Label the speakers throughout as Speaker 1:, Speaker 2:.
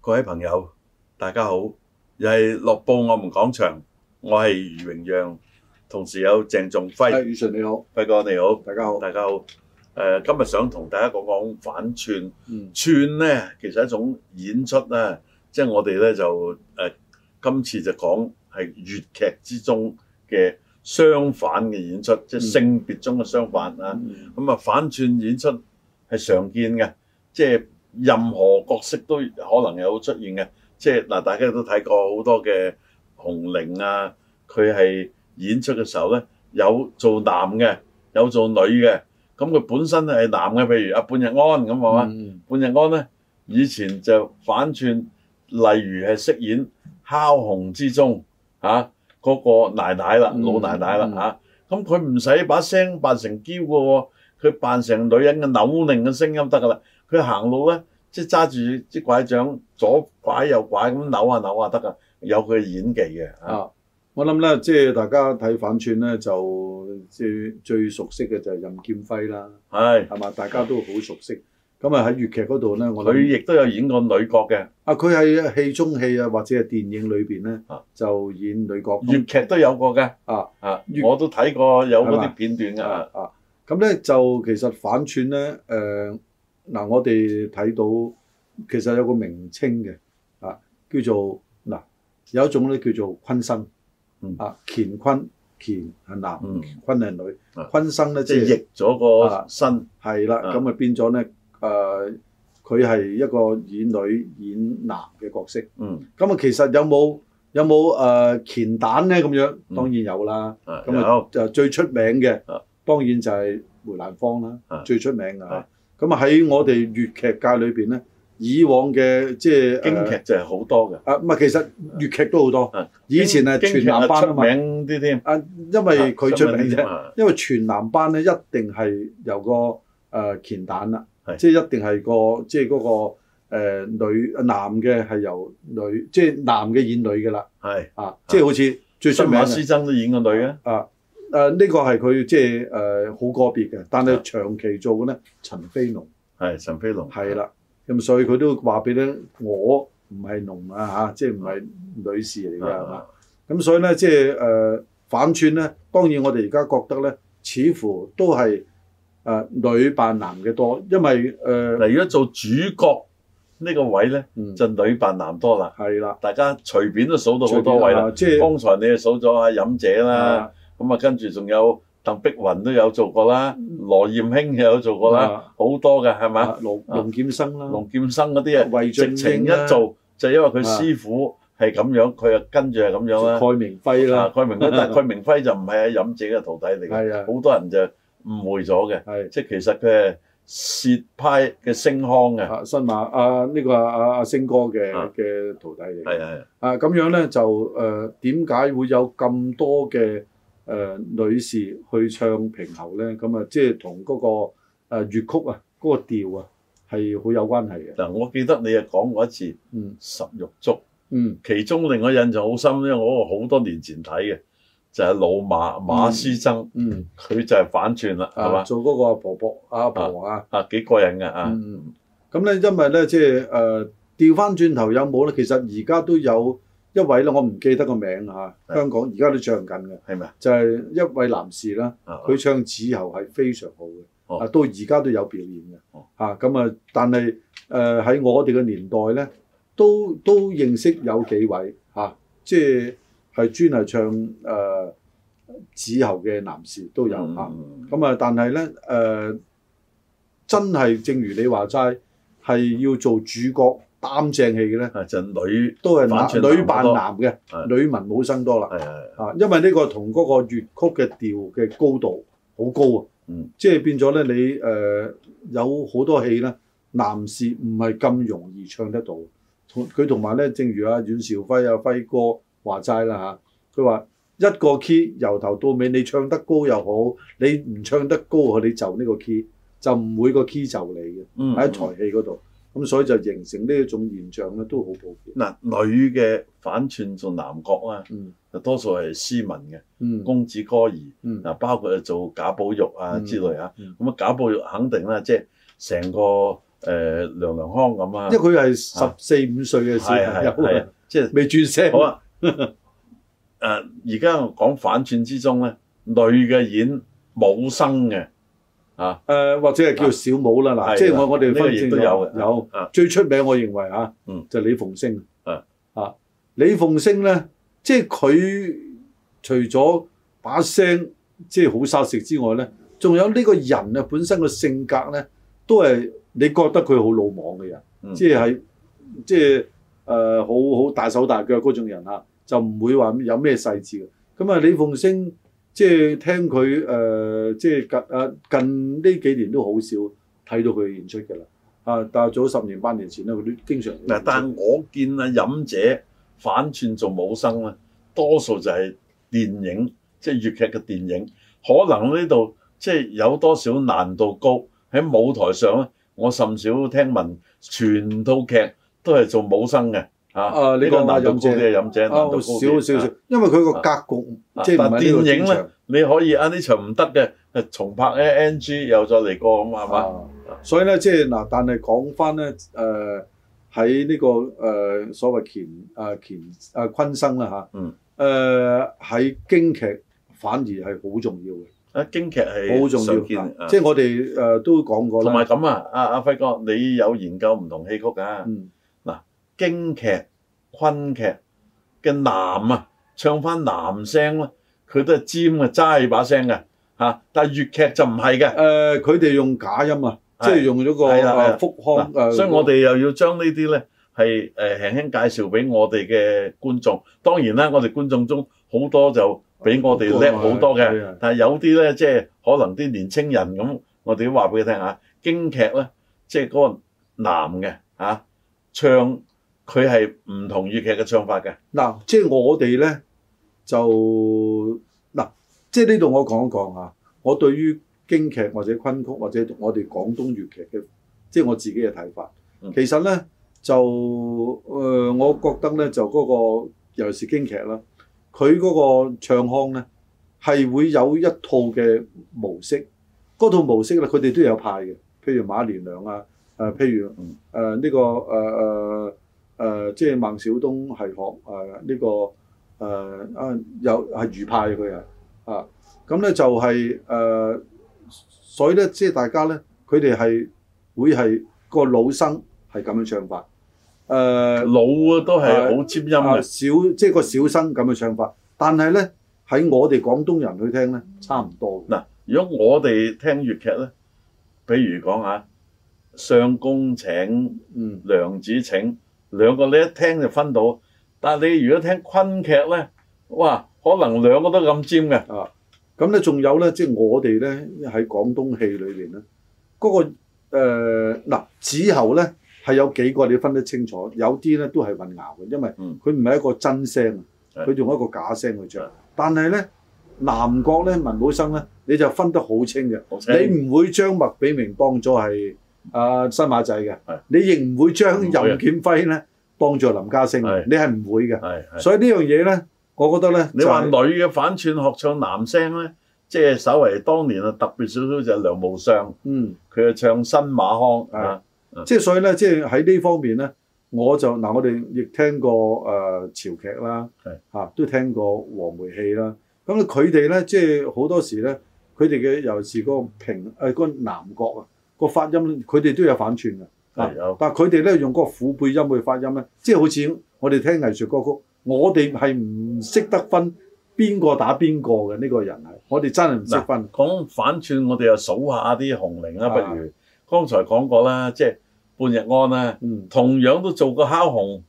Speaker 1: 各位朋友，大家好，又係樂報我們講場，我係余榮讓，同時有鄭仲輝，
Speaker 2: 哎宇順你好，
Speaker 1: 輝哥你好，
Speaker 2: 大家好。
Speaker 1: 大家好。誒、呃今日想同大家講講反串，
Speaker 2: 嗯，
Speaker 1: 串呢，其實係一種演出啦，即係我哋呢就誒、呃今次就講係粵劇之中嘅相反嘅演出，即係性別中嘅相反啊。
Speaker 2: 嗯
Speaker 1: 咁啊反串演出係常見嘅，即係任何角色都可能有出現嘅。即係嗱，大家都睇過好多嘅紅伶啊，佢係演出嘅時候咧，有做男嘅，有做女嘅。咁佢本身係男嘅，譬如阿半日安咁係嘛，
Speaker 2: 嗯
Speaker 1: 半日安咧以前就反串，例如係飾演烤紅之中啊嚇嗰、個奶奶啦，
Speaker 2: 嗯
Speaker 1: 老奶奶啦
Speaker 2: 嗯
Speaker 1: 嚇。啊咁佢唔使把聲扮成嬌嘅喎，佢扮成女人嘅扭擰嘅聲音得㗎啦。佢行路咧，即係揸住支拐杖，左拐右拐咁扭下扭下得㗎，有佢嘅演技嘅。啊
Speaker 2: 啊，我諗咧，即係大家睇反串咧，就最最熟悉嘅就係任劍輝啦，
Speaker 1: 係，
Speaker 2: 係嘛？大家都好熟悉。咁啊喺粵劇嗰度咧，我諗
Speaker 1: 佢亦都有演過女角嘅，
Speaker 2: 啊，佢喺戲中戲啊，或者係電影裏邊咧
Speaker 1: 啊，
Speaker 2: 就演女角
Speaker 1: 粵劇都有過嘅。
Speaker 2: 啊
Speaker 1: 啊，
Speaker 2: 粵
Speaker 1: 我都睇過有嗰
Speaker 2: 係嘛
Speaker 1: 啲片段㗎。啊
Speaker 2: 啊啊！咁咧就其實反串咧，誒嗱，我哋睇到其實有個名稱嘅啊，叫做嗱有一種咧叫做坤生
Speaker 1: 嗯
Speaker 2: 啊，乾坤乾係男
Speaker 1: 嗯，
Speaker 2: 坤係女
Speaker 1: 啊，
Speaker 2: 坤生咧
Speaker 1: 即係
Speaker 2: 即係
Speaker 1: 逆咗個
Speaker 2: 啊
Speaker 1: 身。
Speaker 2: 係啦，
Speaker 1: 啊
Speaker 2: 咁啊變咗咧誒，佢係一個以女演男嘅角色。
Speaker 1: 嗯，
Speaker 2: 咁啊，其實有冇有冇誒乾蛋咧咁樣？
Speaker 1: 嗯
Speaker 2: 當然有啦。
Speaker 1: 啊
Speaker 2: 咁啊
Speaker 1: 有，
Speaker 2: 就最出名嘅
Speaker 1: 啊，
Speaker 2: 當然就係梅蘭芳
Speaker 1: 啊
Speaker 2: 啦，最出名㗎
Speaker 1: 啊
Speaker 2: 嚇。咁啊喺我哋粵劇界裏邊咧，以往嘅即係
Speaker 1: 京劇就係好多嘅。
Speaker 2: 啊，唔係其實粵劇都好
Speaker 1: 啊
Speaker 2: 多。以前係全男班啊
Speaker 1: 京劇
Speaker 2: 嘛
Speaker 1: 係，出名啲添。啊
Speaker 2: 啊，因為佢出名啫。
Speaker 1: 啫。
Speaker 2: 因為全男班咧一定係由個誒乾蛋啦
Speaker 1: 係，
Speaker 2: 即係一定係個即係嗰個誒女男嘅係由女，即係男嘅演女㗎啦。
Speaker 1: 係。
Speaker 2: 啊，即係好似最出
Speaker 1: 新
Speaker 2: 名
Speaker 1: 馬
Speaker 2: 嘅
Speaker 1: 師曾都演過女嘅。
Speaker 2: 啊誒呢個係佢即係誒好個別嘅，但
Speaker 1: 啊
Speaker 2: 係長期做嘅咧，陳飛龍
Speaker 1: 係陳飛龍，
Speaker 2: 係啦，咁所以佢都話俾咧，我唔係龍啊嚇，即係唔係女士嚟
Speaker 1: 啊
Speaker 2: 㗎係嘛？咁所以咧，即係誒反串咧，當然我哋而家覺得咧，似乎都係誒、呃女扮男嘅多，因為誒
Speaker 1: 嗱，如果做主角呢個位咧，
Speaker 2: 嗯
Speaker 1: 就女扮男多啦。
Speaker 2: 係啦，
Speaker 1: 大家隨便都數到好多位啦。
Speaker 2: 隨便啊，即係
Speaker 1: 剛才你就數咗阿飲姐啦，咁啊跟住仲有鄧碧雲都有做過啦，羅艷卿又有做過啦，
Speaker 2: 啦，
Speaker 1: 好多嘅係咪？
Speaker 2: 嗯啊龍
Speaker 1: 啊
Speaker 2: 龍劍生啦，
Speaker 1: 龍劍生嗰啲啊，
Speaker 2: 魏
Speaker 1: 直
Speaker 2: 俊
Speaker 1: 情
Speaker 2: 英
Speaker 1: 一
Speaker 2: 啦
Speaker 1: 做就因為佢
Speaker 2: 啊
Speaker 1: 師傅係咁樣，佢啊跟住係咁樣啦。
Speaker 2: 蓋明輝
Speaker 1: 啊，
Speaker 2: 啦，
Speaker 1: 蓋明輝，但 係蓋明輝就唔係阿飲姐嘅徒弟嚟嘅，
Speaker 2: 係啊，
Speaker 1: 好多人就誤會咗嘅，
Speaker 2: 係。
Speaker 1: 即係其實佢係薛派嘅星腔嘅。
Speaker 2: 啊，新馬啊，呢、個啊啊啊星哥嘅
Speaker 1: 啊
Speaker 2: 嘅徒弟嚟
Speaker 1: 係
Speaker 2: 嘅。
Speaker 1: 係
Speaker 2: 啊，咁樣咧就誒點解會有咁多嘅誒、呃女士去唱平喉咧？咁啊，即係同嗰個誒粵曲啊，嗰、個調啊係好有關係嘅。
Speaker 1: 嗱，我記得你又講過一次
Speaker 2: 嗯
Speaker 1: 十玉竹，
Speaker 2: 嗯，
Speaker 1: 其中令我印象好深，因為我好多年前睇嘅就係、老馬馬師曾，
Speaker 2: 嗯，
Speaker 1: 佢、就係反串啦，係嘛
Speaker 2: 啊，、做嗰個婆婆阿婆王啊，
Speaker 1: 啊幾過癮嘅啊！
Speaker 2: 嗯，咁咧因為咧即係誒調翻轉頭有冇咧？其實而家都有一位咧，我唔記得個名啊，
Speaker 1: 係
Speaker 2: 香港而家都唱緊嘅，
Speaker 1: 係咪啊
Speaker 2: 就係、一位男士啦。
Speaker 1: 啊？
Speaker 2: 佢唱子喉係非常好嘅，
Speaker 1: 哦
Speaker 2: 啊到而家都有表演嘅
Speaker 1: 哦，
Speaker 2: 嚇咁啊！但係誒喺我哋嘅年代咧，都都認識有幾位嚇、啊即係係專係唱誒、呃子喉嘅男士都有嚇。
Speaker 1: 嗯
Speaker 2: 咁、
Speaker 1: 嗯
Speaker 2: 啊，但係咧誒，真係正如你話齋，係要做主角擔正戲嘅咧，
Speaker 1: 啊就女
Speaker 2: 都係
Speaker 1: 反
Speaker 2: 男
Speaker 1: 串
Speaker 2: 女
Speaker 1: 男好
Speaker 2: 扮
Speaker 1: 多
Speaker 2: 男嘅
Speaker 1: 係，
Speaker 2: 女文武生多啦。
Speaker 1: 係係
Speaker 2: 啊，因為呢個同嗰個粵曲嘅調嘅高度好高啊，
Speaker 1: 嗯
Speaker 2: 即係變咗咧，你誒、呃有好多戲咧，男士唔係咁容易唱得到，同佢同埋咧，正如阿、阮兆輝啊輝哥話齋啦嚇，佢話一個 key 由頭到尾你唱得高又好，你唔唱得高你就呢個 key，就唔會個 key 就你嘅
Speaker 1: 嗯
Speaker 2: 喺台戲嗰度，咁所以就形成呢一種現象咧，都好普遍。
Speaker 1: 嗱女嘅反串做男角啊，
Speaker 2: 嗯
Speaker 1: 就多數係斯文嘅
Speaker 2: 嗯
Speaker 1: 公子哥兒。
Speaker 2: 嗯
Speaker 1: 嗱，包括做賈寶玉啊
Speaker 2: 嗯
Speaker 1: 之類啊，
Speaker 2: 嗯
Speaker 1: 咁啊賑寶玉肯定啦，即係成個誒梁良康咁啊
Speaker 2: 因為，佢係十四五歲嘅小
Speaker 1: 係係
Speaker 2: 朋
Speaker 1: 係
Speaker 2: 友，
Speaker 1: 啊，即係
Speaker 2: 未轉聲。
Speaker 1: 好啊。 誒而家我講反轉之中咧，女嘅演冇生嘅啊，
Speaker 2: 誒、或者係叫小舞啦，
Speaker 1: 係
Speaker 2: 嗱，即係
Speaker 1: 啦
Speaker 2: 我我哋
Speaker 1: 呢個
Speaker 2: 分
Speaker 1: 亦
Speaker 2: 清
Speaker 1: 都
Speaker 2: 楚
Speaker 1: 有嘅
Speaker 2: 有
Speaker 1: 啊
Speaker 2: 最出名，我認為啊
Speaker 1: 嗯，
Speaker 2: 就李鳳星
Speaker 1: 啊
Speaker 2: 啊，李鳳星咧，即係佢除咗把聲即係好沙食之外咧，仲有呢個人啊本身個性格咧，都係你覺得佢好魯莽嘅人，
Speaker 1: 嗯
Speaker 2: 即係即係誒好好大手大腳嗰種人啊，就唔會話有咩細緻嘅。咁啊，李鳳星。即係聽佢誒、呃即係近啊近呢幾年都好少睇到佢演出㗎啦。啊，但係早十年八年前咧，佢都經常
Speaker 1: 嗱，但我見啊飲者反串做武生咧，多數就係電影，即係粵劇嘅電影。可能呢度即係有多少難度高喺舞台上咧，我甚少聽聞全套劇都係做武生嘅嚇。
Speaker 2: 啊你
Speaker 1: 呢個
Speaker 2: 講下
Speaker 1: 難度高
Speaker 2: 飲
Speaker 1: 啲
Speaker 2: 者
Speaker 1: 嘅飲者，難
Speaker 2: 啊
Speaker 1: 度高
Speaker 2: 少
Speaker 1: 啲。
Speaker 2: 少少
Speaker 1: 啊，
Speaker 2: 因為佢個格局、
Speaker 1: 啊
Speaker 2: 即係唔
Speaker 1: 但
Speaker 2: 係呢
Speaker 1: 電
Speaker 2: 個
Speaker 1: 影
Speaker 2: 專
Speaker 1: 呢
Speaker 2: 長
Speaker 1: 你可以啊呢場唔得嘅，誒重拍咧 NG 又再嚟過咁係嘛？
Speaker 2: 啊，所以咧即係嗱，但係講翻咧誒喺呢個誒、呃所謂乾啊乾啊昆生啦嚇，
Speaker 1: 嗯
Speaker 2: 誒喺京劇反而係好重要嘅，
Speaker 1: 啊京劇係
Speaker 2: 好重要
Speaker 1: 常見
Speaker 2: 嗱
Speaker 1: 啊
Speaker 2: 即係我哋誒、呃都講過
Speaker 1: 同埋
Speaker 2: 啦，
Speaker 1: 咁啊，阿阿輝哥，你有研究唔同戲曲㗎？
Speaker 2: 嗯
Speaker 1: 京劇、昆劇嘅男啊，唱翻男聲咧，佢都係尖嘅，齋把聲嘅嚇。但係粵劇就唔係嘅，
Speaker 2: 誒佢哋用假音啊，
Speaker 1: 係
Speaker 2: 即係呃用咗個啊
Speaker 1: 係啦係啦
Speaker 2: 誒腹腔
Speaker 1: 嗱
Speaker 2: 誒，
Speaker 1: 所以我哋又要將呢啲咧係誒呃輕輕介紹俾我哋嘅觀眾。當然啦，我哋觀眾中好多就比我哋叻好多
Speaker 2: 係
Speaker 1: 嘅
Speaker 2: 啊，
Speaker 1: 但係有啲咧即係可能啲年青人咁，我哋都話俾佢聽嚇，京劇咧即係嗰個男嘅嚇、啊唱，佢係唔同粵劇嘅唱法嘅。
Speaker 2: 嗱，即係我哋咧就嗱，即係呢度我講一講啊，我對於京劇或者昆曲或者我哋廣東粵劇嘅，即係我自己嘅睇法。
Speaker 1: 嗯
Speaker 2: 其實咧就誒、呃我覺得咧就嗰、個尤其是京劇啦，佢嗰個唱腔咧係會有一套嘅模式，嗰套模式咧佢哋都有派嘅，譬如馬連良啊，誒、譬如誒呢、
Speaker 1: 嗯
Speaker 2: 個誒誒。呃誒、即係孟小冬係學呃誒呢、個誒、啊，有係魚派嘅佢係啊，咁咧就係、誒、所以咧即係大家咧，佢哋係會係個老生係咁樣唱法，呃誒、
Speaker 1: 老啊都係好尖音
Speaker 2: 啊
Speaker 1: 嘅，
Speaker 2: 小即係個小生咁樣唱法，但係咧喺我哋廣東人去聽咧，差唔多嘅
Speaker 1: 嗱，如果我哋聽粵劇咧，比如講下相公請、
Speaker 2: 嗯
Speaker 1: 梁子請兩個，你一聽就分到。但係你如果聽昆劇咧，哇，可能兩個都咁尖嘅。
Speaker 2: 啊，咁咧仲有咧，即係我哋咧喺廣東戲裏邊咧，嗰、個誒嗱、此後咧係有幾個你分得清楚，有啲咧都係混淆嘅，因為
Speaker 1: 嗯
Speaker 2: 佢唔係一個真聲，啊
Speaker 1: 係
Speaker 2: 佢用一個假聲去
Speaker 1: 係
Speaker 2: 唱。但係咧南國咧文武生咧，你就分得好清嘅，
Speaker 1: 好清
Speaker 2: 你唔會將麥比明當咗係啊新馬仔嘅
Speaker 1: 係，
Speaker 2: 你亦唔會將
Speaker 1: 唔會
Speaker 2: 任
Speaker 1: 嘅
Speaker 2: 劍輝咧當做林家聲
Speaker 1: 係
Speaker 2: 嘅，你係唔會嘅。
Speaker 1: 係係。
Speaker 2: 所以呢樣嘢咧，我覺得咧，
Speaker 1: 你話
Speaker 2: 就係
Speaker 1: 女嘅反串學唱男聲咧，即係稍為當年啊特別少少就係梁無相，
Speaker 2: 嗯。
Speaker 1: 佢係唱新馬腔
Speaker 2: 係
Speaker 1: 啊。
Speaker 2: 即係所以咧，即係喺呢方面咧，我就嗱，我哋亦聽過誒、呃潮劇啦，
Speaker 1: 係
Speaker 2: 嚇、都聽過黃梅戲啦。咁咧佢哋咧，即係好多時咧，佢哋嘅尤其是嗰個平誒嗰、個南國啊，個發音呢佢哋都有反串嘅。啊
Speaker 1: 係有
Speaker 2: 但係佢哋咧用嗰個虎背音去發音咧，即係好似我哋聽藝術歌曲，我哋係唔識得分邊個打邊個嘅呢個人係，我哋真係唔識分。
Speaker 1: 講反串，我哋又數下啲紅伶啦，
Speaker 2: 啊
Speaker 1: 不如剛才講過啦，即係半日安啊啦，
Speaker 2: 嗯，
Speaker 1: 同樣都做過烤紅，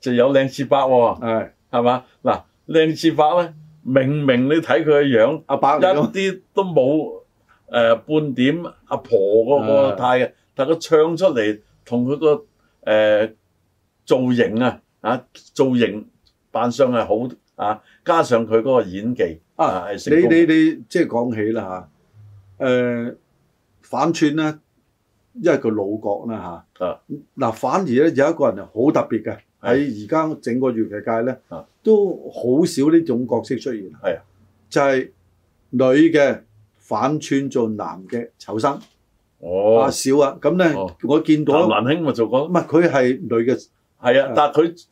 Speaker 1: 就有靚次伯喎，
Speaker 2: 係
Speaker 1: 係嘛？嗱，靚次伯咧，明明你睇佢嘅樣，
Speaker 2: 阿伯嚟
Speaker 1: 一
Speaker 2: 咯，
Speaker 1: 啲都冇誒、呃半點阿婆嗰個
Speaker 2: 啊
Speaker 1: 態嘅，但佢唱出嚟同佢個誒造型啊，啊造型扮相係好啊，加上佢嗰個演技
Speaker 2: 啊
Speaker 1: 係成
Speaker 2: 你
Speaker 1: 功
Speaker 2: 你
Speaker 1: 嘅
Speaker 2: 你即係講起啦嚇，誒、反串咧，因為佢老國啦嚇。
Speaker 1: 啊
Speaker 2: 嗱、反而咧有一個人係好特別嘅，喺而家整個粵劇界咧，
Speaker 1: 啊
Speaker 2: 都好少呢種角色出現。
Speaker 1: 係啊
Speaker 2: 就係女嘅反串做男嘅丑生，
Speaker 1: 哦
Speaker 2: 啊，少啊，咁咧、
Speaker 1: 哦
Speaker 2: 我見到
Speaker 1: 譚
Speaker 2: 唔
Speaker 1: 蘭卿咪做過咯，
Speaker 2: 係佢係女嘅，
Speaker 1: 係啊
Speaker 2: 啊，
Speaker 1: 但係佢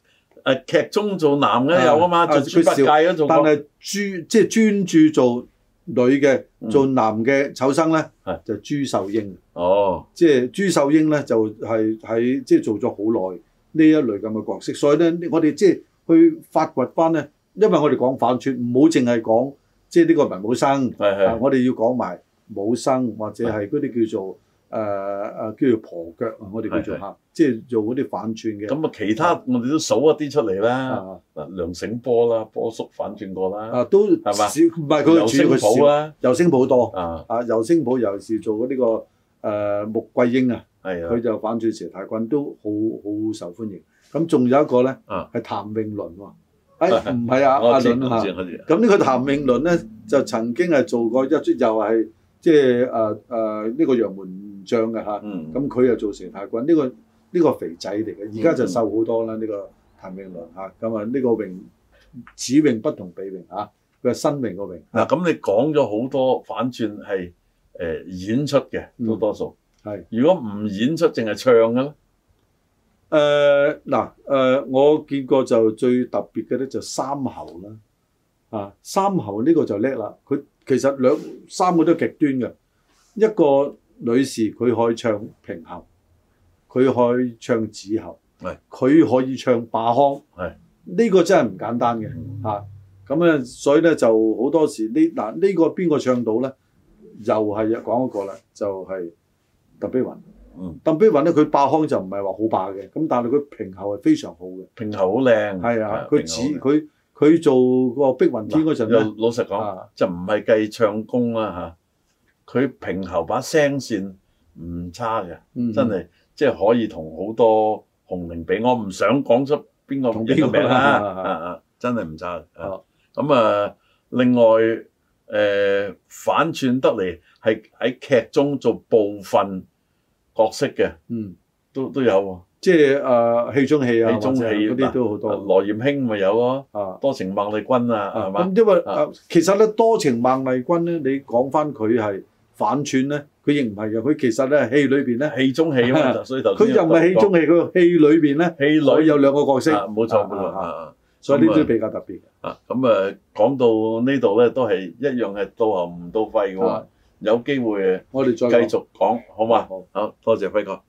Speaker 1: 誒劇中做男嘅
Speaker 2: 啊
Speaker 1: 有啊嘛，
Speaker 2: 啊
Speaker 1: 做豬八戒都做
Speaker 2: 但
Speaker 1: 過，
Speaker 2: 係朱即係專注做女嘅，
Speaker 1: 嗯
Speaker 2: 做男嘅丑生咧
Speaker 1: 係
Speaker 2: 就朱秀英，
Speaker 1: 哦，
Speaker 2: 即係朱秀英咧就係、喺即係做咗好耐呢一類咁嘅角色，所以咧我哋即係去發掘翻咧，因為我哋講反串，唔好淨係講即係呢個文武生。
Speaker 1: 係
Speaker 2: 啊
Speaker 1: 係，
Speaker 2: 我哋要講埋武生或者係嗰啲叫做誒誒、呃叫做婆腳啊，我哋叫做
Speaker 1: 係係
Speaker 2: 嚇，即係做嗰啲反串嘅。
Speaker 1: 咁啊其他我哋都數一啲出嚟啦，
Speaker 2: 啊
Speaker 1: 嗱梁醒波啦，波叔反轉過啦，
Speaker 2: 啊都少，唔
Speaker 1: 嘛
Speaker 2: 係
Speaker 1: 劉
Speaker 2: 佢主要
Speaker 1: 星
Speaker 2: 佢
Speaker 1: 寶啊
Speaker 2: 少，
Speaker 1: 啦，
Speaker 2: 尤星寶多
Speaker 1: 啊
Speaker 2: 啊，尤星寶尤其是做呢、個誒穆桂英啊，
Speaker 1: 係啊
Speaker 2: 佢，就反轉蛇太君都好好受歡迎。咁仲有一個咧
Speaker 1: 啊
Speaker 2: 係譚詠麟喎， 誒唔係啊阿
Speaker 1: 我知
Speaker 2: 倫
Speaker 1: 我
Speaker 2: 啊
Speaker 1: 知。我知，
Speaker 2: 咁呢個譚詠麟咧就曾經係做過一出又係即係誒誒呢個楊門將嘅嚇，
Speaker 1: 嗯，
Speaker 2: 咁佢又做成太君，呢、個呢、個肥仔嚟嘅，而家就瘦好多啦。
Speaker 1: 嗯
Speaker 2: 呢、個譚詠麟嚇，咁啊呢個榮此榮不同彼榮嚇，佢係新榮個榮。
Speaker 1: 嗱，咁你講咗好多反轉係誒演出嘅，
Speaker 2: 嗯
Speaker 1: 都多數。
Speaker 2: 係
Speaker 1: 如果唔演出，淨係唱嘅咧，
Speaker 2: 誒呃嗱誒，我見過就最特別嘅咧就三侯啦，啊三侯呢個就叻啦，佢其實兩三個都極端嘅，一個女士佢可以唱平喉，佢可以唱子喉
Speaker 1: 係，
Speaker 2: 佢可以唱霸腔，
Speaker 1: 係嗯
Speaker 2: 呢個真係唔簡單嘅嚇。咁咧，所以咧就好多時呢嗱呢個邊個唱到咧，又係講一個啦，就係鄧碧雲。
Speaker 1: 嗯，
Speaker 2: 鄧碧雲咧，佢霸腔就唔係話好霸嘅，咁但係佢平喉係非常好嘅。
Speaker 1: 平喉好靚。
Speaker 2: 係啊，佢
Speaker 1: 嗯
Speaker 2: 指
Speaker 1: 平
Speaker 2: 佢佢做個碧雲天
Speaker 1: 喉
Speaker 2: 嗰
Speaker 1: 好靚
Speaker 2: 陣咧，
Speaker 1: 又老實講，
Speaker 2: 啊
Speaker 1: 就唔係計唱功啦嚇。佢平喉把聲線唔差嘅，
Speaker 2: 嗯
Speaker 1: 真係即係可以同好多紅伶比。我唔想講出邊個
Speaker 2: 同
Speaker 1: 人嘅
Speaker 2: 邊個
Speaker 1: 名啦，
Speaker 2: 啦啊
Speaker 1: 啊啊，真係唔差嘅。啊
Speaker 2: 啊
Speaker 1: 咁啊，另外誒、呃反串得嚟係喺劇中做部分角色嘅，
Speaker 2: 嗯，
Speaker 1: 都都有
Speaker 2: 即係誒戲中戲
Speaker 1: 喎。
Speaker 2: 啊，
Speaker 1: 戲中戲
Speaker 2: 或者嗰啲都好
Speaker 1: 嗱
Speaker 2: 多
Speaker 1: 啊羅艷卿咪有咯，
Speaker 2: 啊。
Speaker 1: 多情孟麗君啊，係嘛？
Speaker 2: 咁因為
Speaker 1: 啊
Speaker 2: 誒，其實咧多情孟麗君咧，你講翻佢係反串咧，佢亦唔係嘅，佢其實咧戲裏邊咧，
Speaker 1: 戲中戲 啊嘛，所以頭先
Speaker 2: 佢又唔係戲中戲，佢戲裏邊咧，
Speaker 1: 戲女
Speaker 2: 佢有兩個角色，
Speaker 1: 啊，冇錯冇錯
Speaker 2: 啊啊
Speaker 1: 啊
Speaker 2: 所以呢啲比較特別。
Speaker 1: 啊啊！咁啊，講到呢度咧，都係一樣係到喉唔到肺嘅喎
Speaker 2: 啊，
Speaker 1: 有機會呃
Speaker 2: 我哋
Speaker 1: 繼
Speaker 2: 再講
Speaker 1: 續講好嘛？
Speaker 2: 好
Speaker 1: 好，多謝輝哥。